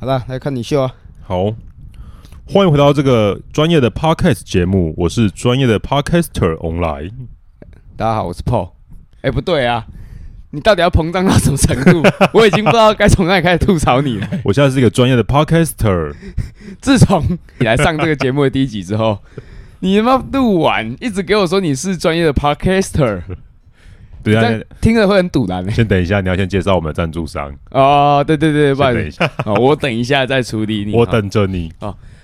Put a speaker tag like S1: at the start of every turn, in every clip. S1: 好了，来看你秀啊！
S2: 好，欢迎回到这个专业的 podcast 节目，我是专业的 podcaster online。
S1: 大家好，我是 Paul。哎、不对啊，你到底要膨胀到什么程度？ 我已经不知道该从哪里开始吐槽你了。
S2: 我现在是一个专业的 podcaster，
S1: 自从你来上这个节目的第一集之后， 你他妈录完一直给我说你是专业的 podcaster，
S2: 对
S1: 这
S2: 啊
S1: 样，听了会很堵然呢、欸
S2: 先等一下，你要先介绍我们的赞助商，
S1: 哦，对对 对，不
S2: 先
S1: 好
S2: 等
S1: 意
S2: 一
S1: 思，
S2: 下，
S1: 哦，我等一下再处理你。哦
S2: 我
S1: 好
S2: 等着你。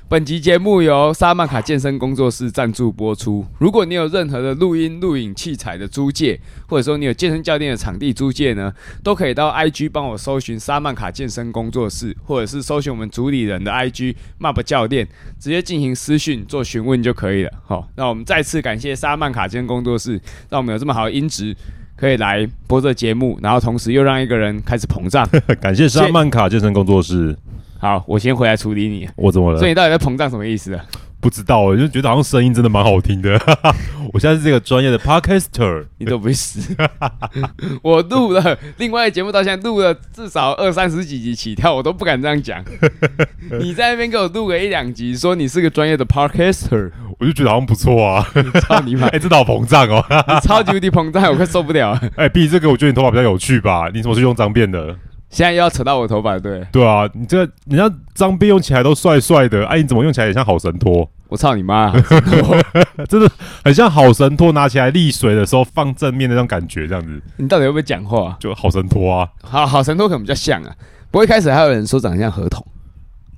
S1: 本集节目由沙曼卡健身工作室赞助播出。如果你有任何的录音、录影器材的租借，或者说你有健身教练的场地租借呢，都可以到 IG 帮我搜寻沙曼卡健身工作室，或者是搜寻我们主理人的 IG Map 教练，直接进行私讯做询问就可以了。好、那我们再次感谢沙曼卡健身工作室，让我们有这么好的音质。可以来播这节目，然后同时又让一个人开始膨胀。
S2: 感谢沙曼卡健身工作室，
S1: 好，我先回来处理你。
S2: 我怎么了
S1: 所以？你到底在膨胀什么意思啊？
S2: 不知道，我就觉得好像声音真的蛮好听的。 我现在是这个专业的 podcaster，
S1: 你都不会死。 我录了另外节目到现在录了至少二三十几集起跳，我都不敢这样 讲。你在那边给我录个一两集，说你是个专业的 podcaster，
S2: 我就觉得好像不错啊。
S1: 操你妈！
S2: 哎，真的好膨胀哦。
S1: 你超级无敌膨胀，我快受不了了。
S2: 哎，毕竟这个我觉得你头发比较有趣吧？你怎么是用脏辫的？
S1: 现在又要扯到我头发，对
S2: 对啊，你这人家脏辫用起来都帅帅的，哎、你怎么用起来也像好神拖？
S1: 我操你妈！
S2: 真的很像好神拖，拿起来沥水的时候放正面的那种感觉，这样子
S1: 你到底会不会讲话？
S2: 就好神拖啊。
S1: 好好神偷可能比较像啊。不过一开始还有人说长得像河童，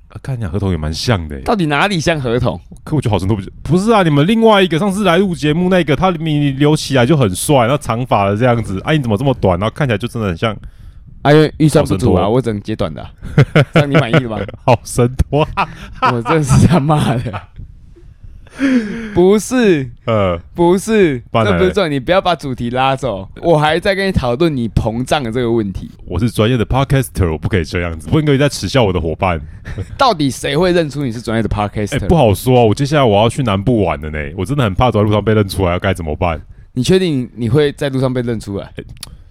S2: 啊看你俩合同也蛮像的耶，
S1: 到底哪里像河童？
S2: 可我觉得好神拖不是不是啊？你们另外一个上次来录节目那个，他你留起来就很帅，那长发的这样子，哎、你怎么这么短？然后看起来就真的很像
S1: 啊，因为预算不足
S2: 好神哦
S1: 啊，
S2: 偷
S1: 我只能截短的啊、这样你满意 了吗？
S2: 好神拖、啊。
S1: 我真的是他妈的，不是
S2: 呃，
S1: 不是，
S2: 不然呢
S1: 这不是重点，你不要把主题拉走。我还在跟你讨论你膨胀的这个问题，
S2: 我是专业的 podcaster，我不可以这样子，不应该在耻笑我的伙伴。
S1: 到底谁会认出你是专业的
S2: 哎、
S1: podcaster？、
S2: 不好说、啊，我接下来我要去南部玩了呢，我真的很怕走在路上被认出来，要该怎么办？
S1: 你确定你会在路上被认出来？
S2: 哎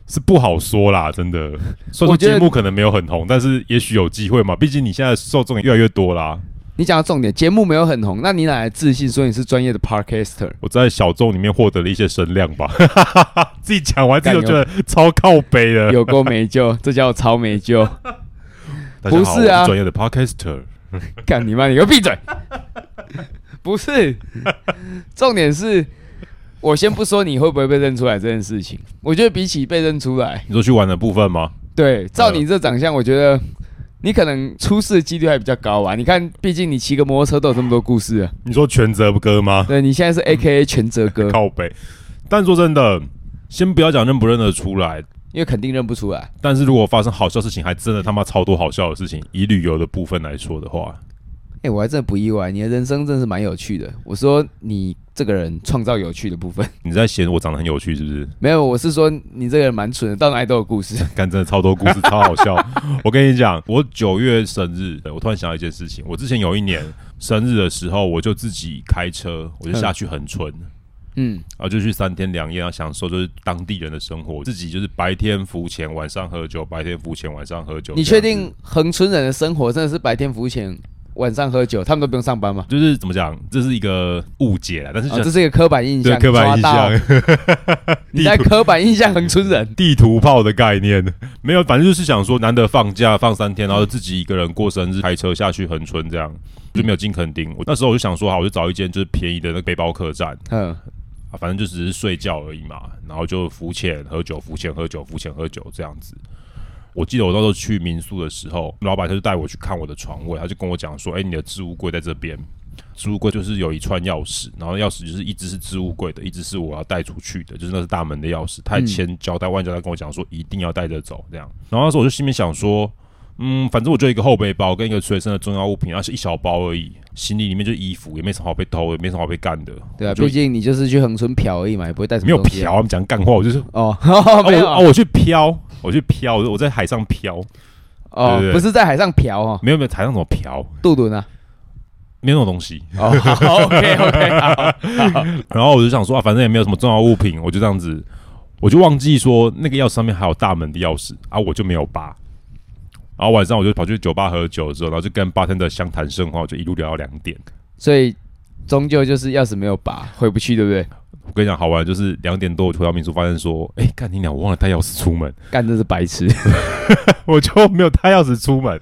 S2: 是不好说啦，真的。
S1: 我
S2: 虽然说
S1: 觉得
S2: 节目可能没有很红，但是也许有机会嘛，毕竟你现在受众也越来越多啦。
S1: 你讲到重点，节目没有很红，那你哪来自信说你是专业的 podcaster？
S2: 我在小众里面获得了一些声量吧， 自己讲完自己就
S1: 干
S2: 觉得超靠北的。
S1: 有够没救， 这叫超没救！
S2: 大家好
S1: 不是啊
S2: 我专业的 podcaster，
S1: 干你妈，你给我闭嘴！不是，重点是，我先不说你会不会被认出来这件事情，我觉得比起被认出来，
S2: 你说去玩的部分吗？
S1: 对，照你这长相，我觉得你可能出事的几率还比较高啊吧。你看，毕竟你骑个摩托车都有这么多故事了。啊
S2: 你说全责哥吗？
S1: 对你现在是 A K A 全泽哥，
S2: 靠北。但说真的，先不要讲认不认得出来，
S1: 因为肯定认不出来。
S2: 但是如果发生好笑事情，还真的他妈超多好笑的事情。以旅游的部分来说的话，
S1: 哎、我还真的不意外，你的人生真的是蛮有趣的。我说你这个人创造有趣的部分，
S2: 你在嫌我长得很有趣是不是？
S1: 没有，我是说你这个人蛮蠢的，到哪里都有故事。
S2: 干真的超多故事，超好笑。我跟你讲，我九月生日，我突然想到一件事情。我之前有一年生日的时候，我就自己开车，我就下去横村，
S1: 嗯，
S2: 然后就去三天两夜，然后享受就是当地人的生活。自己就是白天浮潜，晚上喝酒；白天浮潜，晚上喝酒。
S1: 你确
S2: 这样子
S1: 定恒春人的生活真的是白天浮潜，晚上喝酒，他们都不用上班吗？
S2: 就是怎么讲？这是一个误解啦，但是
S1: 啊，
S2: 就
S1: 这
S2: 是
S1: 是一个刻板印
S2: 对
S1: 象，
S2: 刻板印
S1: 抓到
S2: 象。
S1: 你在
S2: 地
S1: 刻板印象恒春人，
S2: 地图炮的概念， 没有，反正就是想说难得放假放三天，然后自己一个人过生日，开车下去横村这样，就没有进垦丁。我那时候我就想说，好，我就找一间就是便宜的那个背包客栈
S1: 嗯，
S2: 啊，反正就只是睡觉而已嘛，然后就浮潜、喝酒、浮潜、喝酒、浮潜、喝酒这样子。我记得我那时候去民宿的时候，老板他就带我去看我的床位，他就跟我讲说：“哎、你的置物柜在这边，置物柜就是有一串钥匙，然后钥匙就是一只是置物柜的，一只是我要带出去的，就是那是大门的钥匙。”
S1: 嗯
S2: 他还千交代万交代跟我讲说一定要带着走这样。然后那时候我就心里面想说。嗯，反正我就一个后背包跟一个随身的重要物品，然后是一小包而已，行李里面就衣服，也没什么好被偷，的，也没什么好被干的。
S1: 对啊，
S2: 我就
S1: 毕竟你就是去恒春嫖而已嘛，也不会带什么
S2: 没有
S1: 东西啊
S2: 嫖，我们讲干话，我就是
S1: 哦， 哦
S2: 哦
S1: 没有
S2: 我哦，我去漂，我去漂，我在海上漂，对
S1: 哦
S2: 对，对
S1: 不是在海上嫖哦，
S2: 没有没有海上怎么漂，
S1: 杜伦啊，
S2: 没有那种东西。
S1: 哦，OK OK，
S2: 然后我就想说啊，反正也没有什么重要物品，我就这样子，我就忘记说那个钥匙上面还有大门的钥匙啊，我就没有拔。然后晚上我就跑去酒吧喝酒之后，然后就跟 bartender 相谈甚欢，我就一路聊到两点。
S1: 所以终究就是钥匙没有拔，回不去，对不对？
S2: 我跟你讲，好玩就是两点多我回到民宿，发现说，哎、干你娘，我忘了带钥匙出门，
S1: 干这是白痴，
S2: 我就没有带钥匙出门，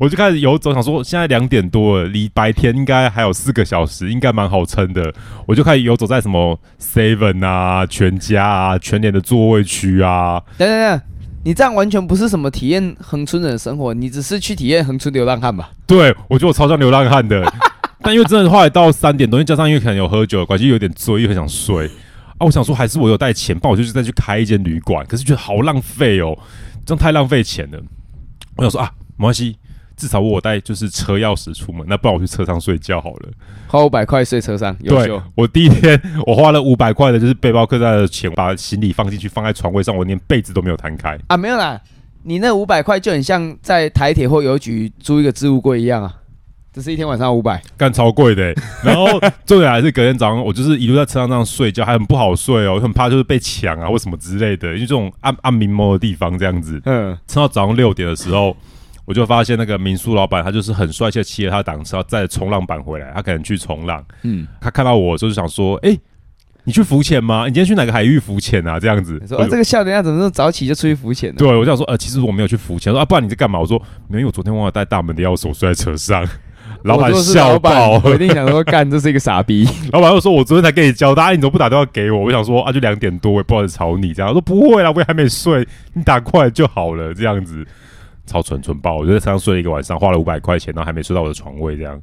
S2: 我就开始游走，想说现在两点多了，离白天应该还有四个小时，应该蛮好撑的。我就开始游走在什么 Seven 啊、全家啊、全年的座位区啊，
S1: 等等等，你这样完全不是什么体验横村人的生活，你只是去体验横村流浪汉吧？
S2: 对我觉得我超像流浪汉的。但因为真的后来到三点多，因为加上因为可能有喝酒的关系，又有点醉，又很想睡啊。我想说还是我有带钱，不然我就再去开一间旅馆，可是觉得好浪费哦，这样太浪费钱了。我想说啊，没关系，至少我有带就是车钥匙出门，那不然我去车上睡觉好了。
S1: 花五百块睡车上，优
S2: 对
S1: 秀。，
S2: 我第一天我花了五百块的，就是背包客栈的钱，把行李放进去，放在床位上，我连被子都没有摊开。
S1: 啊，没有啦，你那五百块就很像在台铁或邮局租一个置物柜一样啊，只是一天晚上五百。
S2: 干超贵的欸、 然后重点还是隔天早上，我就是一路在车上这样睡觉，还很不好睡哦，我很怕就是被抢啊或什么之类的，因为这种暗暗民摸的地方这样子。
S1: 嗯，
S2: 撑到早上六点的时候，我就发现那个民宿老板他就是很帅气的骑着他的挡车，载着冲浪板回来，他可能去冲浪，
S1: 嗯
S2: 嗯，他看到我的时候就想说，哎、你去浮潜吗？你今天去哪个海域浮潜啊？这样子，
S1: 你说、
S2: 我
S1: 啊、
S2: 就
S1: 这个笑人家怎么那么早起就出去浮潜呢？
S2: 对，我就想说，呃，其实我没有去浮潜，说啊，不然你在干嘛？我说没有，因为我昨天忘了带大门的钥匙，我睡在车上。老板
S1: 我如果是
S2: 笑
S1: 老板
S2: 爆，
S1: 我一定想说干这是一个傻逼。
S2: 老板又说：“我昨天才给你交代，啊你怎么不打电话给我？”我想说：“啊，就两点多，我也不好意思吵你。”这样他说：“不会啦，我也还没睡，你打过来就好了。”这样子，超蠢蠢爆！我就在车上睡了一个晚上，花了五百块钱，然后还没睡到我的床位。这样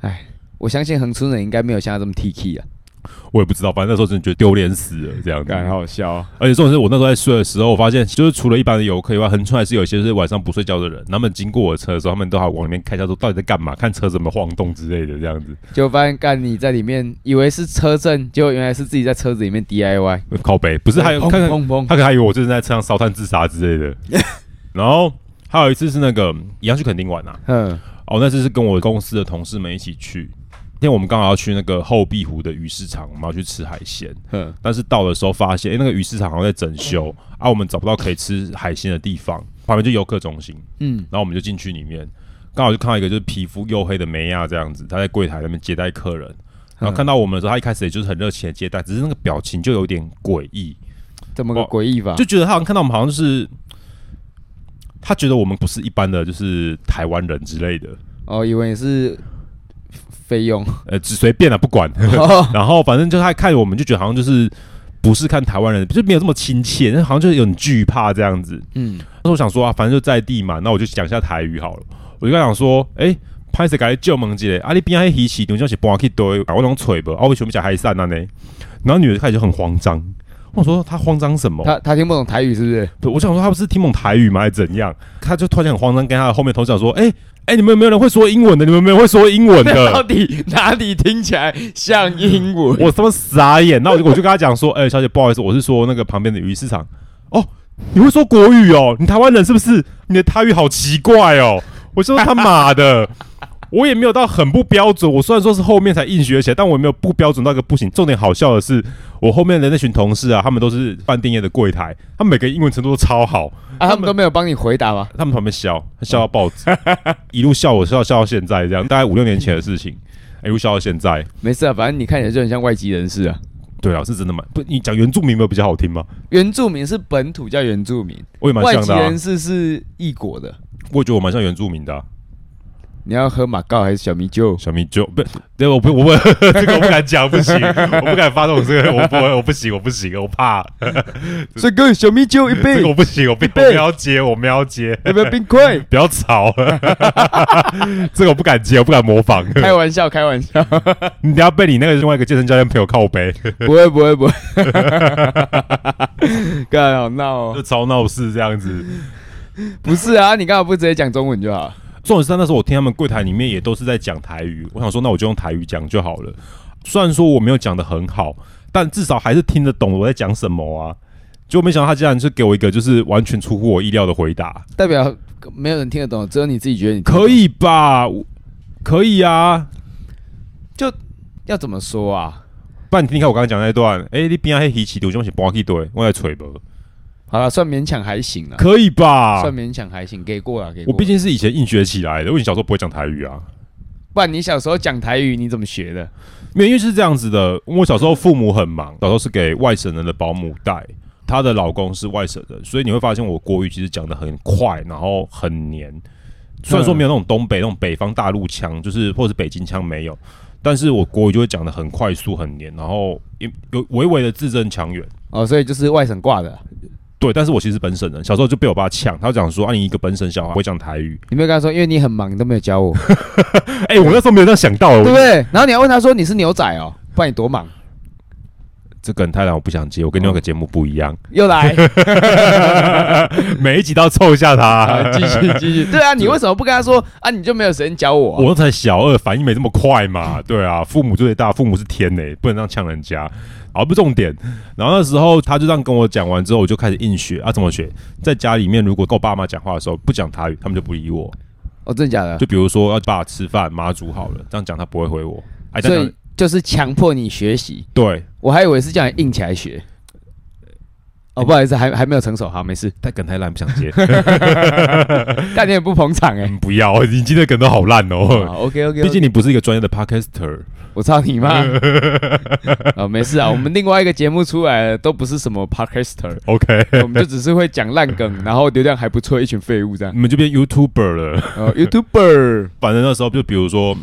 S1: 我相信恒村人应该没有像他这么 T K 啊，
S2: 我也不知道，反正那时候真的觉得丢脸死了。这样子，
S1: 好笑、
S2: 而且重点是我那时候在睡的时候，我发现就是除了一般的游客以外，横川还是有一些是晚上不睡觉的人。他们经过我的车的时候，他们都还往里面看一下，说到底在干嘛，看车怎么晃动之类的。这样子，
S1: 就发现干你在里面以为是车震，结果原来是自己在车子里面 D I Y。
S2: 靠背不
S1: 不
S2: 是还有看看
S1: 砰砰砰，
S2: 他可能还以为我就是在车上烧炭自杀之 类的。然后还有一次是那个一样去垦丁玩啊，
S1: 嗯，
S2: 哦，那次是跟我公司的同事们一起去。因为我们刚好要去那个后壁湖的鱼市场，我们要去吃海鲜，
S1: 嗯
S2: 但是到的时候发现，哎、那个鱼市场好像在整修啊，我们找不到可以吃海鲜的地方，旁边就游客中心，
S1: 嗯，
S2: 然后我们就进去里面，刚好就看到一个就是皮肤黝黑的梅亚这样子，她在柜台那边接待客人，
S1: 嗯
S2: 然后看到我们的时候，她一开始也就是很热情的接待，只是那个表情就有点诡异，
S1: 怎么个诡异法？
S2: 哦就觉得他好像看到我们好像就是，他觉得我们不是一般的，就是台湾人之类的，
S1: 哦，以为你是菲佣，
S2: 呃，只随便了、不管。
S1: 哦
S2: 然后反正就他看我们就觉得好像就是不是看台湾人，就没有这么亲切，好像就是有点惧怕这样子。
S1: 嗯，
S2: 那时候我想说啊，反正就在地嘛，那我就讲一下台语好了。我就跟他讲说，哎、拍摄改救门姐，啊，你边还黑起，你就是搬去堆，啊我拢吹不，啊，为什么讲海散啊呢？然后女的开始就很慌张，我想说她慌张什么？
S1: 他他听不懂台语是不是？
S2: 对，我想说他不是听不懂台语吗？还是怎样？他就突然间很慌张，跟他的后面同事讲说：“哎、哎、你们有没有人会说英文的？你们有没有人会说英文
S1: 到
S2: 的
S1: 底哪里听起来像英？”文？
S2: 我他妈傻眼，那我就我就跟他讲说：“哎、小姐，不好意思，我是说那个旁边的鱼市场。哦，你会说国语哦？你台湾人是不是？你的台语好奇怪哦！我说他妈的， 我也没有到很不标准。我虽然说是后面才硬学起来，但我也没有不标准到一个不行。重点好笑的是，我后面的那群同事啊，他们都是饭店业的柜台，他们每个英文程度都超好。
S1: 啊，他们都没有帮你回答吗？
S2: 他们旁边笑，他笑到 爆炸，一路笑我笑笑到现在这样，大概五六年前的事情，一路笑到现在。
S1: 没事啊，反正你看起来就很像外籍人士啊。
S2: 对啊，是真的蛮不，你讲原住民没有比较好听吗？
S1: 原住民是本土叫原住民，
S2: 我也蛮
S1: 外
S2: 像
S1: 籍
S2: 的、啊
S1: 人，士是异国的。
S2: 我也觉得我蛮像原住民的啊、
S1: 你要喝马告还是小米酒？
S2: 小米就不，对，我不，我不， 这个我不敢讲， 不行，我不敢发动这个，我不，我不行，我不行，我怕，
S1: 帅哥，小米 酒一
S2: 这
S1: 杯
S2: 个我，不行，我不，我不要接，我不要接，
S1: 要不要冰块？
S2: 不要吵，这个我不敢接，我不敢模仿，
S1: 开玩笑，开玩笑，
S2: 你等下被你那个另外一个健身教练朋友靠背，
S1: 不会，不会， 不会。干好闹
S2: 就
S1: 哦！
S2: 超闹事这样子。
S1: 不是啊，你干嘛不直接讲中文就好？
S2: 重点是那时候我听他们柜台里面也都是在讲台语，我想说那我就用台语讲就好了。虽然说我没有讲的很好，但至少还是听得懂我在讲什么啊。就没想到他竟然是给我一个就是完全出乎我意料的回答，
S1: 代表没有人听得懂，只有你自己觉得你听得懂
S2: 可。以吧？我可以啊。
S1: 要怎么说啊？
S2: 不然你听听看我刚刚讲那一段，哎、你边啊黑起起，我就想搬去对，我来吹吧。
S1: 好了，算勉强还行了，
S2: 可以吧？
S1: 算勉强还行，给过了，给过
S2: 啊我
S1: 啦。
S2: 毕竟是以前硬学起来的，因为你小时候不会讲台语啊。
S1: 不然你小时候讲台语你怎么学的？
S2: 没有，因为是这样子的，因为我小时候父母很忙，小时候是给外省人的保姆带，她的老公是外省人，所以你会发现我国语其实讲的很快，然后很黏。虽然说没有那种东北那种北方大陆腔，就是或者是北京腔没有，但是我国语就会讲的很快速、很黏，然后有有微微的字正腔圆。
S1: 哦，所以就是外省挂的。
S2: 对，但是我其实是本省人，小时候就被我爸呛，他就讲说：“啊，你一个本省小孩不会讲台语。
S1: 你没有跟他说，因为你很忙，你都没有教我，
S2: 哎，我那时候没有这样想到，
S1: 对不
S2: 我
S1: 对？然后你还问他说你是牛仔哦，不然你多忙？
S2: 这梗太难，我不想接，我跟另外一个节目不一样。
S1: 又来，
S2: 每一集都要凑一下
S1: 好
S2: 他。
S1: 继续 继续。对啊，你为什么不跟他说啊？你就没有时间教我啊、
S2: 我才小二，反应没这么快 嘛。对啊，父母最大，父母是天呢、不能这样呛人家。好，不是重点。然后那时候他就这样跟我讲完之后，我就开始硬学啊，怎么学？在家里面，如果跟我爸妈讲话的时候不讲台语，他们就不理我。
S1: 哦，真的假的？
S2: 就比如说要爸吃饭，妈煮好了，这样讲他不会回我。哎，这
S1: 所
S2: 样
S1: 以
S2: 讲
S1: 就是强迫你学习，
S2: 对，
S1: 我还以为是叫你硬起来学。哦，不好意思，还还没有成熟，好，没 事。
S2: 但梗太烂，不想接。
S1: 但你也不捧场哎、
S2: 嗯不要，你今天的梗都好烂 哦。
S1: o k OK，
S2: 毕竟你不是一个专业的 podcaster。
S1: 我操你 妈！哦，没事啊，我们另外一个节目出来了，都不是什么 podcaster，
S2: OK，
S1: 我们就只是会讲烂梗，然后流量还不错，一群废物这 样。
S2: 你们就变 YouTuber 了。
S1: 呃，YouTuber，
S2: 反正那时候就比如说，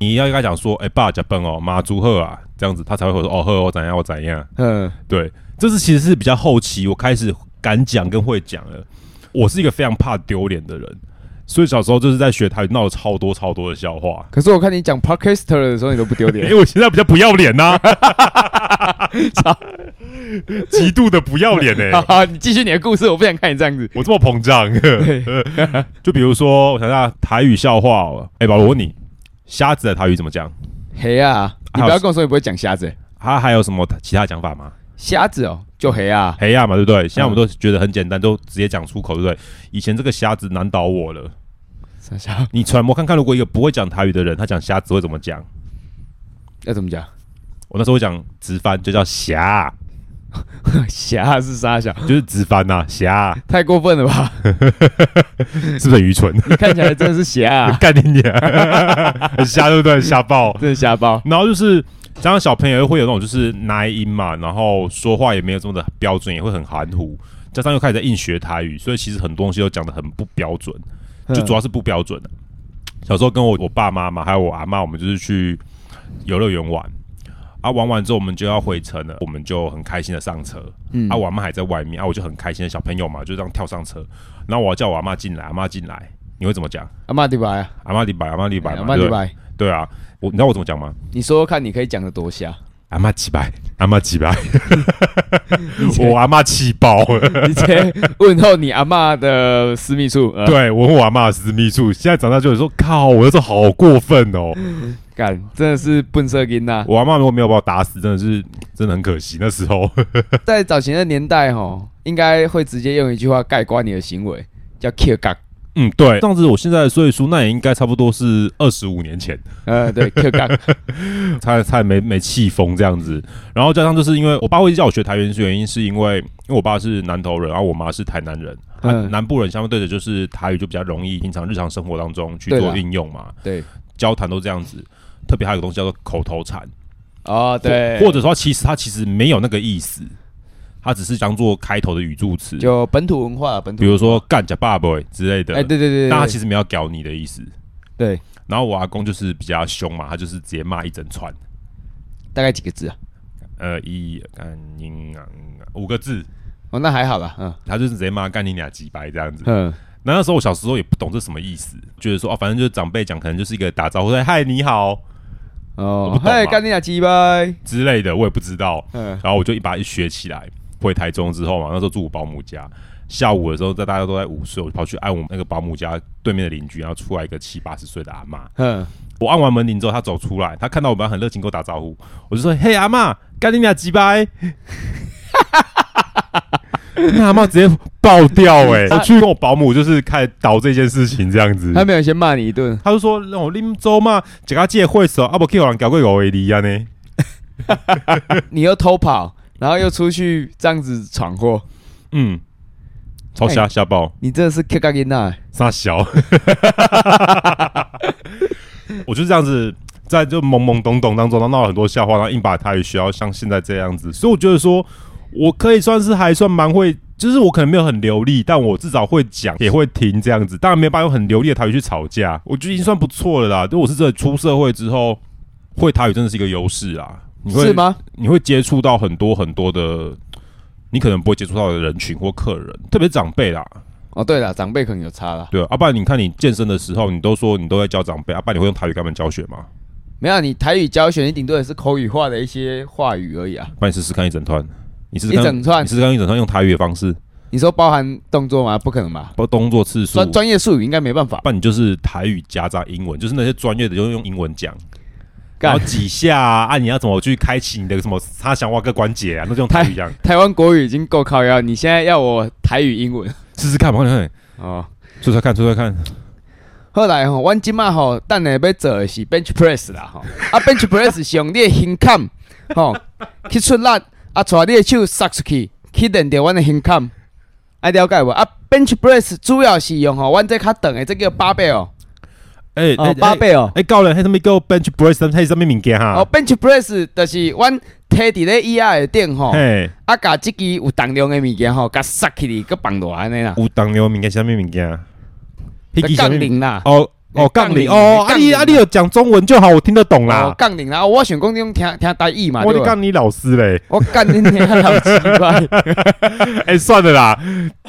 S2: 你要跟他讲说，哎、爸假笨哦，妈祝贺啊，这样子他才会说，哦呵，我怎样我怎样。
S1: 嗯，
S2: 对，这是其实是比较后期我开始敢讲跟会讲了。我是一个非常怕丢脸的人，所以小时候就是在学台语闹了超多超多的笑话。
S1: 可是我看你讲 podcaster 的时候，你都不丢
S2: 因
S1: 脸
S2: 为。我现在比较不要脸啊呐、极度的不要脸哎、
S1: 好好，你继续你的故事，我不想看你这样子。
S2: 我这么膨胀。 就比如说，我想想台语笑话哦，哎、宝宝，我问你，瞎子的台语怎么讲？
S1: 黑啊，你不要跟我说你不会讲瞎子欸，
S2: 他还有什么其他讲法吗？
S1: 瞎子哦，就黑啊。
S2: 黑亚嘛，对不对？现在我们都觉得很简单，都直接讲出口，对不对？以前这个瞎子难倒我了。
S1: 傻笑
S2: 你揣摩看看，如果一个不会讲台语的人，他讲瞎子会怎么讲？
S1: 要怎么讲？
S2: 我那时候会讲直翻，就叫瞎，
S1: 瞎是傻笑，
S2: 就是直翻呐、瞎，
S1: 太过分了吧？
S2: 是不是很愚蠢？
S1: 你看起来真的是瞎 啊，
S2: 干你娘，很瞎对不对？瞎爆。
S1: 真的瞎包。
S2: 然后就是加上小朋友会有那种就是奶音嘛，然后说话也没有这么的标准，也会很含糊，加上又开始在硬学台语，所以其实很多东西都讲的很不标准。就主要是不标准的。小时候跟我我爸妈嘛，还有我阿妈，我们就是去游乐园玩。啊，玩完之后我们就要回程了，我们就很开心的上车。
S1: 嗯
S2: 啊，我阿妈还在外面，啊，我就很开心的小朋友嘛，就这样跳上车。然后我要叫我阿妈进来，阿妈进来，你会怎么讲？
S1: 阿妈迪拜啊，
S2: 阿妈李白，阿妈李白嘛，
S1: 阿妈
S2: 对
S1: 迪
S2: 不对
S1: 拜，
S2: 对啊，我你知道我怎么讲吗？
S1: 你说说看，你可以讲的多瞎？
S2: 阿妈几百，阿妈几 百，我阿妈气 爆了。
S1: 你直接问候你阿嬷的私密 处，呃，
S2: 对，我问我阿妈私密处，现在长大就有说，靠，我那时候好过分 哦。
S1: 干真的是笨色金呐。
S2: 我阿妈如果没有把我打死，真的是真的很可惜。那时候
S1: 在早前的年代，吼，应该会直接用一句话概括你的行为，叫 “kill g
S2: 嗯，对，这样子我现在的岁数，那也应该差不多是二十五年前，
S1: 呃，对，kill g
S2: 差差点没没气疯这样子。然后加上就是因为我爸会叫我学台语，是原因是因为因为我爸是南投人，然后我妈是台南人，啊
S1: 嗯
S2: 南部人相对的就是台语就比较容易，平常日常生活当中去
S1: 对啦
S2: 做应用嘛，
S1: 对，
S2: 交谈都这样子。特别还有个东西叫做口头禅，
S1: 哦，对，
S2: 或或者说其实它其实没有那个意思，它只是当做开头的语助词，
S1: 就本土文化，本土
S2: 比，如说干假爸爸之类的。
S1: 哎，对对对，
S2: 但他其
S1: 实
S2: 实没有屌你的意思。
S1: 对，
S2: 然后我阿公就是比较凶嘛，他就是直接骂一整串，
S1: 大概几个字啊？
S2: 呃，一干你娘五个字，
S1: 哦，那还好啦，嗯
S2: 他就是直接骂干你俩几白这样子。
S1: 嗯，
S2: 那那时候我小时候也不懂这什么意思，觉得说哦，反正就是长辈讲，可能就是一个打招呼，哎嗨你好我
S1: 哦
S2: 不，懂啊
S1: 嗨，
S2: 嘛
S1: 干你俩鸡掰，
S2: 之类的，我也不知道。
S1: 嗯，
S2: 然后我就一把一学起来。回台中之后嘛，那时候住我保姆家，下午的时候在大家都在午睡，我就跑去按我们那个保姆家对面的邻居，然后出来一个七八十岁的阿妈，
S1: 嗯，
S2: 我按完门铃之后，他走出来，他看到我们很热情跟我打招呼，我就说：“嘿，阿妈，干你俩鸡掰！” 那阿妈直接爆掉 哎、欸！我去跟我保姆就是开始导这件事情这样子，
S1: 他没有先骂你一 顿，
S2: 他就说：“让我拎走嘛，一个借会手，阿不给人搞过五个离啊呢。
S1: 你又偷跑，然后又出去这样子闯祸，”
S2: 嗯，超瞎瞎爆，
S1: 你真的是 K 嘎吉娜，
S2: 傻小。 我就这样子，在就懵懵懂懂当中，然后闹了很多笑话，然后硬把台语学到像现在这样子。所以我觉得说，我可以算是还算蛮会，就是我可能没有很流利，但我至少会讲，也会听这样子。当然没有办法用很流利的台语去吵架，我觉得已经算不错了啦。就我是真的出社会之后，会台语真的是一个优势啊。你会
S1: 是吗？
S2: 你会接触到很多很多的，你可能不会接触到的人群或客人，特别是长辈啦，
S1: 哦，对了，长辈可能有差啦。
S2: 对啊。阿、爸，你看你健身的时候，你都说你都在教长辈，阿、啊爸你会用台语跟他们教学吗？
S1: 没有，啊你台语教学，你顶多也是口语化的一些话语而已啊。
S2: 帮你试试看一整团，你试试
S1: 一
S2: 看，
S1: 整串
S2: 你，试试看一整团用台语的方式，
S1: 你说包含动作吗？不可能吧？
S2: 包括动作次数。
S1: 专专业术语应该没办法。
S2: 不然你就是台语夹杂英文，就是那些专业的就用英文讲，
S1: 干
S2: 然后几下啊，啊你要怎么去开启你的什么他想挖个关节啊，那就用台语讲，
S1: 台湾国语已经够靠腰，你现在要我台语英文
S2: 试试看嘛，看看，
S1: 哦。
S2: 试试看，试试看，
S1: 后来吼，阮即马吼，等下要做的是 bench press 啦吼，啊 bench press 是用你的胸坎吼去出力，啊，带你的手塞出去，去练着阮的胸坎，爱了解无？啊 bench press 主要是用吼，阮这较长的，这叫八倍哦，
S2: 哎、
S1: 哦
S2: 哎
S1: 八倍哦，
S2: 哎，高人还上面叫 bench press，还上面物件哈
S1: 哦，bench press 就是阮摕伫咧椅仔的顶吼，
S2: 嘿，
S1: 啊，甲即支有重量的物件吼，甲塞起去，佮放落安尼啦，
S2: 有重量的物件，什么物件？那支
S1: 杠
S2: 什么
S1: 铃啦。
S2: 哦
S1: 哎
S2: 哦，杠
S1: 杠铃
S2: 铃哦，
S1: 哎
S2: 阿丽
S1: 杠铃啊
S2: 阿丽有讲中文就好，我听得懂
S1: 哦
S2: 啦，。
S1: 杠铃啦，我想讲你用听听台语嘛，
S2: 我
S1: 对
S2: 的
S1: 吧？
S2: 杠哦你老师嘞，
S1: 我干你娘老奇怪！
S2: 哎，算了啦，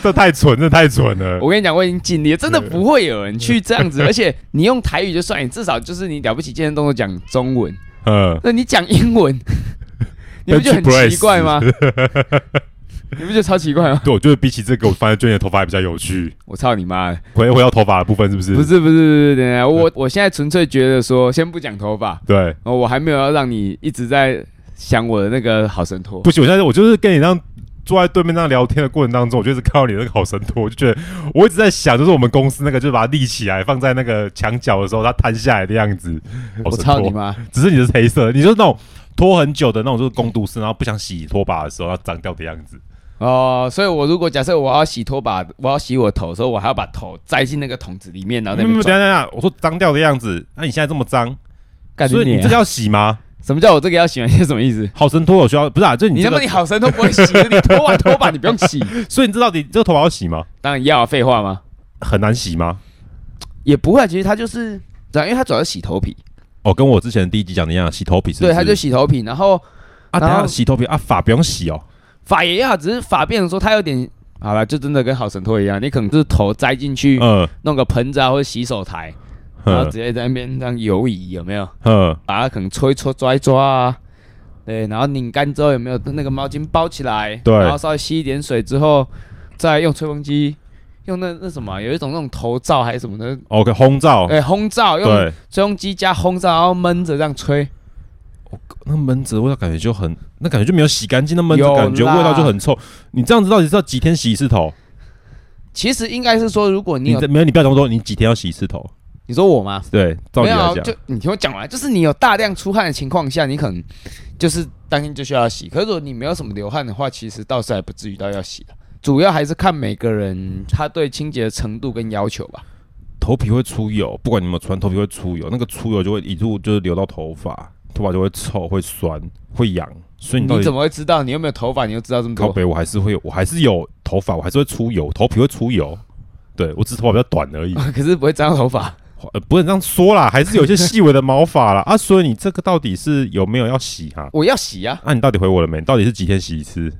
S2: 这太蠢，这太蠢 了。
S1: 我跟你讲，我已经尽力了，真的不会有人去这样子。而且你用台语就算，你至少就是你了不起健身动作讲中文，
S2: 嗯，
S1: 那你讲英文，你不就很奇怪吗？你不觉得超奇怪吗？
S2: 对，我觉得比起这个，我反而觉得你的头发还比较有趣。
S1: 我操你妈的！
S2: 回回到头发的部分，是不是？
S1: 不，是不是不是，等一下我我现在纯粹觉得说，先不讲头发，
S2: 对，
S1: 哦，我还没有要让你一直在想我的那个好神托。
S2: 不行，我现在我就是跟你这样坐在对面那样聊天的过程当中，我就一直看到你那个好神托，我就觉得我一直在想，就是我们公司那个，就是把它立起来放在那个墙角的时候，它摊下来的样子。好
S1: 我
S2: 神
S1: 操
S2: 托
S1: 你妈！
S2: 只是你是黑色的，你就是那种拖很久的那种，就是工读生，然后不想洗拖把的时候它脏掉的样子。
S1: 哦，所以我如果假设我要洗拖把，我要洗我头，所以我还要把头栽进那个桶子里面，然后在
S2: 没有
S1: 那
S2: 没
S1: 边转。
S2: 有，嗯等一下等一下，我说脏掉的样子，那、你现在这么脏，
S1: 干
S2: 所以
S1: 你
S2: 你
S1: 娘
S2: 这个要洗吗？
S1: 什么叫我这个要洗 完是什么意思？
S2: 好神拖有需要不是啊？就你
S1: 你
S2: 这
S1: 他妈
S2: 个，
S1: 你好神都不会洗，你拖完拖把你不用 洗，
S2: 所以你知道你这个头发要洗吗？
S1: 当然要啊，废话吗？
S2: 很难洗吗？
S1: 也不会啊，其实他就是，对啊因为他主要是洗头皮，
S2: 哦，跟我之前第一集讲的一样，洗头皮是不是
S1: 对，他就洗头皮，然后
S2: 啊，等一
S1: 然
S2: 下
S1: 后
S2: 洗头皮啊，发不用洗哦。
S1: 发也要，只是发变成说他有点。好了，就真的跟好神拖一样，你可能就是头栽进去，
S2: 嗯
S1: 弄个盆子啊或者洗手台，然后
S2: 嗯
S1: 直接在那边这样游移，有没有？
S2: 嗯，
S1: 把它可能搓一搓、抓一抓啊，对，然后拧干之后有没有那个毛巾包起来？
S2: 对
S1: 然后稍微吸一点水之后，再用吹风机，用那那什么啊，有一种那种头罩还是什么的，
S2: ，OK，烘罩，
S1: 哎、烘罩，用
S2: 哦对，
S1: 吹风机加烘罩，然后闷着这样吹，
S2: 那闷子的味道感觉就很，那感觉就没有洗干净，那闷子
S1: 有
S2: 感觉
S1: 啦
S2: 味道就很臭。你这样子到底是要几天洗一次头？
S1: 其实应该是说，如果你
S2: 你
S1: 有，
S2: 这
S1: 你
S2: 没有，你不要这么多，你几天要洗一次头？
S1: 说我吗？
S2: 对，照
S1: 没
S2: 理
S1: 有
S2: 来
S1: 啊，
S2: 讲，
S1: 就你听我讲完，就是你有大量出汗的情况下，你可能就是当天就需要洗。可是如果你没有什么流汗的话，其实倒是还不至于到要洗的。主要还是看每个人他对清洁的程度跟要求吧。
S2: 头皮会出油，不管你有没有穿，头皮会出油，那个出油就会一路就是流到头发，头发就会臭、会酸、会痒，所以你到
S1: 你
S2: 底
S1: 怎么会知道？你又没有头发，你又知道这么
S2: 靠
S1: 多？
S2: 北，我还是会有，我还是有头发，我还是会出油，头皮会出油。对我只是头发比较短而已，
S1: 可是不会长头发。
S2: 呃，不能这样说啦，还是有一些细微的毛发啦啊，所以你这个到底是有没有要洗哈、啊？
S1: 我要洗啊，
S2: 你到底回我了没？你到底是几天洗一次？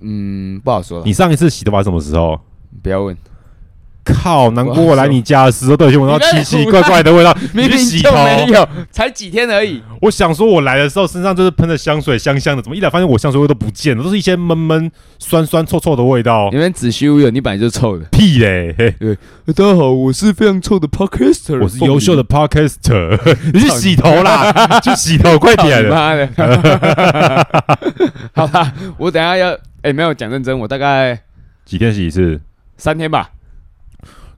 S1: 嗯，不好说了
S2: 你，上一次洗头发什么时候？
S1: 不要问。
S2: 靠，难过我来你家的时候都已经闻到
S1: 你在
S2: 奇奇
S1: 胡
S2: 怪
S1: 乱
S2: 怪的味道，
S1: 明
S2: 你去
S1: 明
S2: 洗
S1: 就
S2: 头。
S1: 没有，才几天而已。
S2: 我想说，我来的时候身上就是喷着香水，香香的，怎么一来发现我香水味都不见了，都是一些闷闷、酸酸、臭臭的味道
S1: 你。们子虚乌有，你本来就臭的。
S2: 屁嘞！嘿
S1: 哎大家好，我是非常臭的 podcaster，
S2: 我是优秀的 podcaster，你去洗头 啦，去洗头，快
S1: 凤梨。操你
S2: 点！
S1: 妈的！ 好啦，我等一下要，哎、没有讲认真，我大概
S2: 几天洗一次？
S1: 三天吧。
S2: 嗯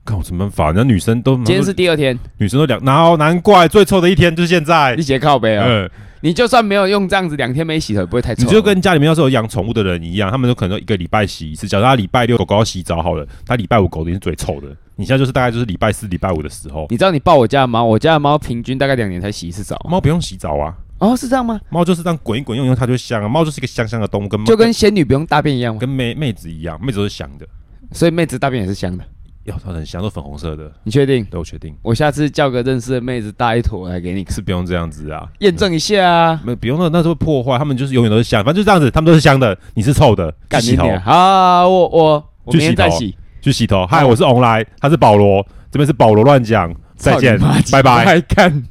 S2: 看我什么办法？人家女生都
S1: 今天是第二天，
S2: 女生都两，然后难怪最臭的一天就是现在
S1: 一。节靠背啊、
S2: 嗯，
S1: 你就算没有用这样子两天没洗头，也不会太臭。啊
S2: 你就跟家里面要是有养宠物的人一样，他们都可能一个礼拜洗一次。假如他礼拜六狗狗要洗澡好了，他礼拜五狗一定是最臭的。你现在就是大概就是礼拜四、礼拜五的时候，
S1: 你知道你抱我家的猫，我家的猫平均大概两年才洗一次澡。
S2: 猫不用洗澡啊，
S1: 哦，是这样吗？
S2: 猫就是这样滚一滚用一用它就香啊。猫就是一个香香的动物，跟猫
S1: 就跟仙女不用大便一样吗？
S2: 跟妹妹子一样，妹子都是香的，
S1: 所以妹子大便也是香的，
S2: 哟，它很香，都粉红色的。
S1: 你确定？
S2: 对我确定
S1: 我下次叫个认识的妹子大一坨来给你
S2: 是不用这样子啊，
S1: 验证一下啊。
S2: 没有不用那那是会破坏，他们就是永远都是香，反正就是这样子，他们都是香的，你是臭的，去
S1: 干你
S2: 洗头
S1: 娘！好，我我我
S2: 去
S1: 明天
S2: 洗
S1: 再
S2: 头
S1: 洗。
S2: 去洗
S1: 哦
S2: 头。嗨，我是翁来，他是保罗，这边是保罗乱讲，再 见
S1: 操你妈，
S2: 拜拜。
S1: 还干。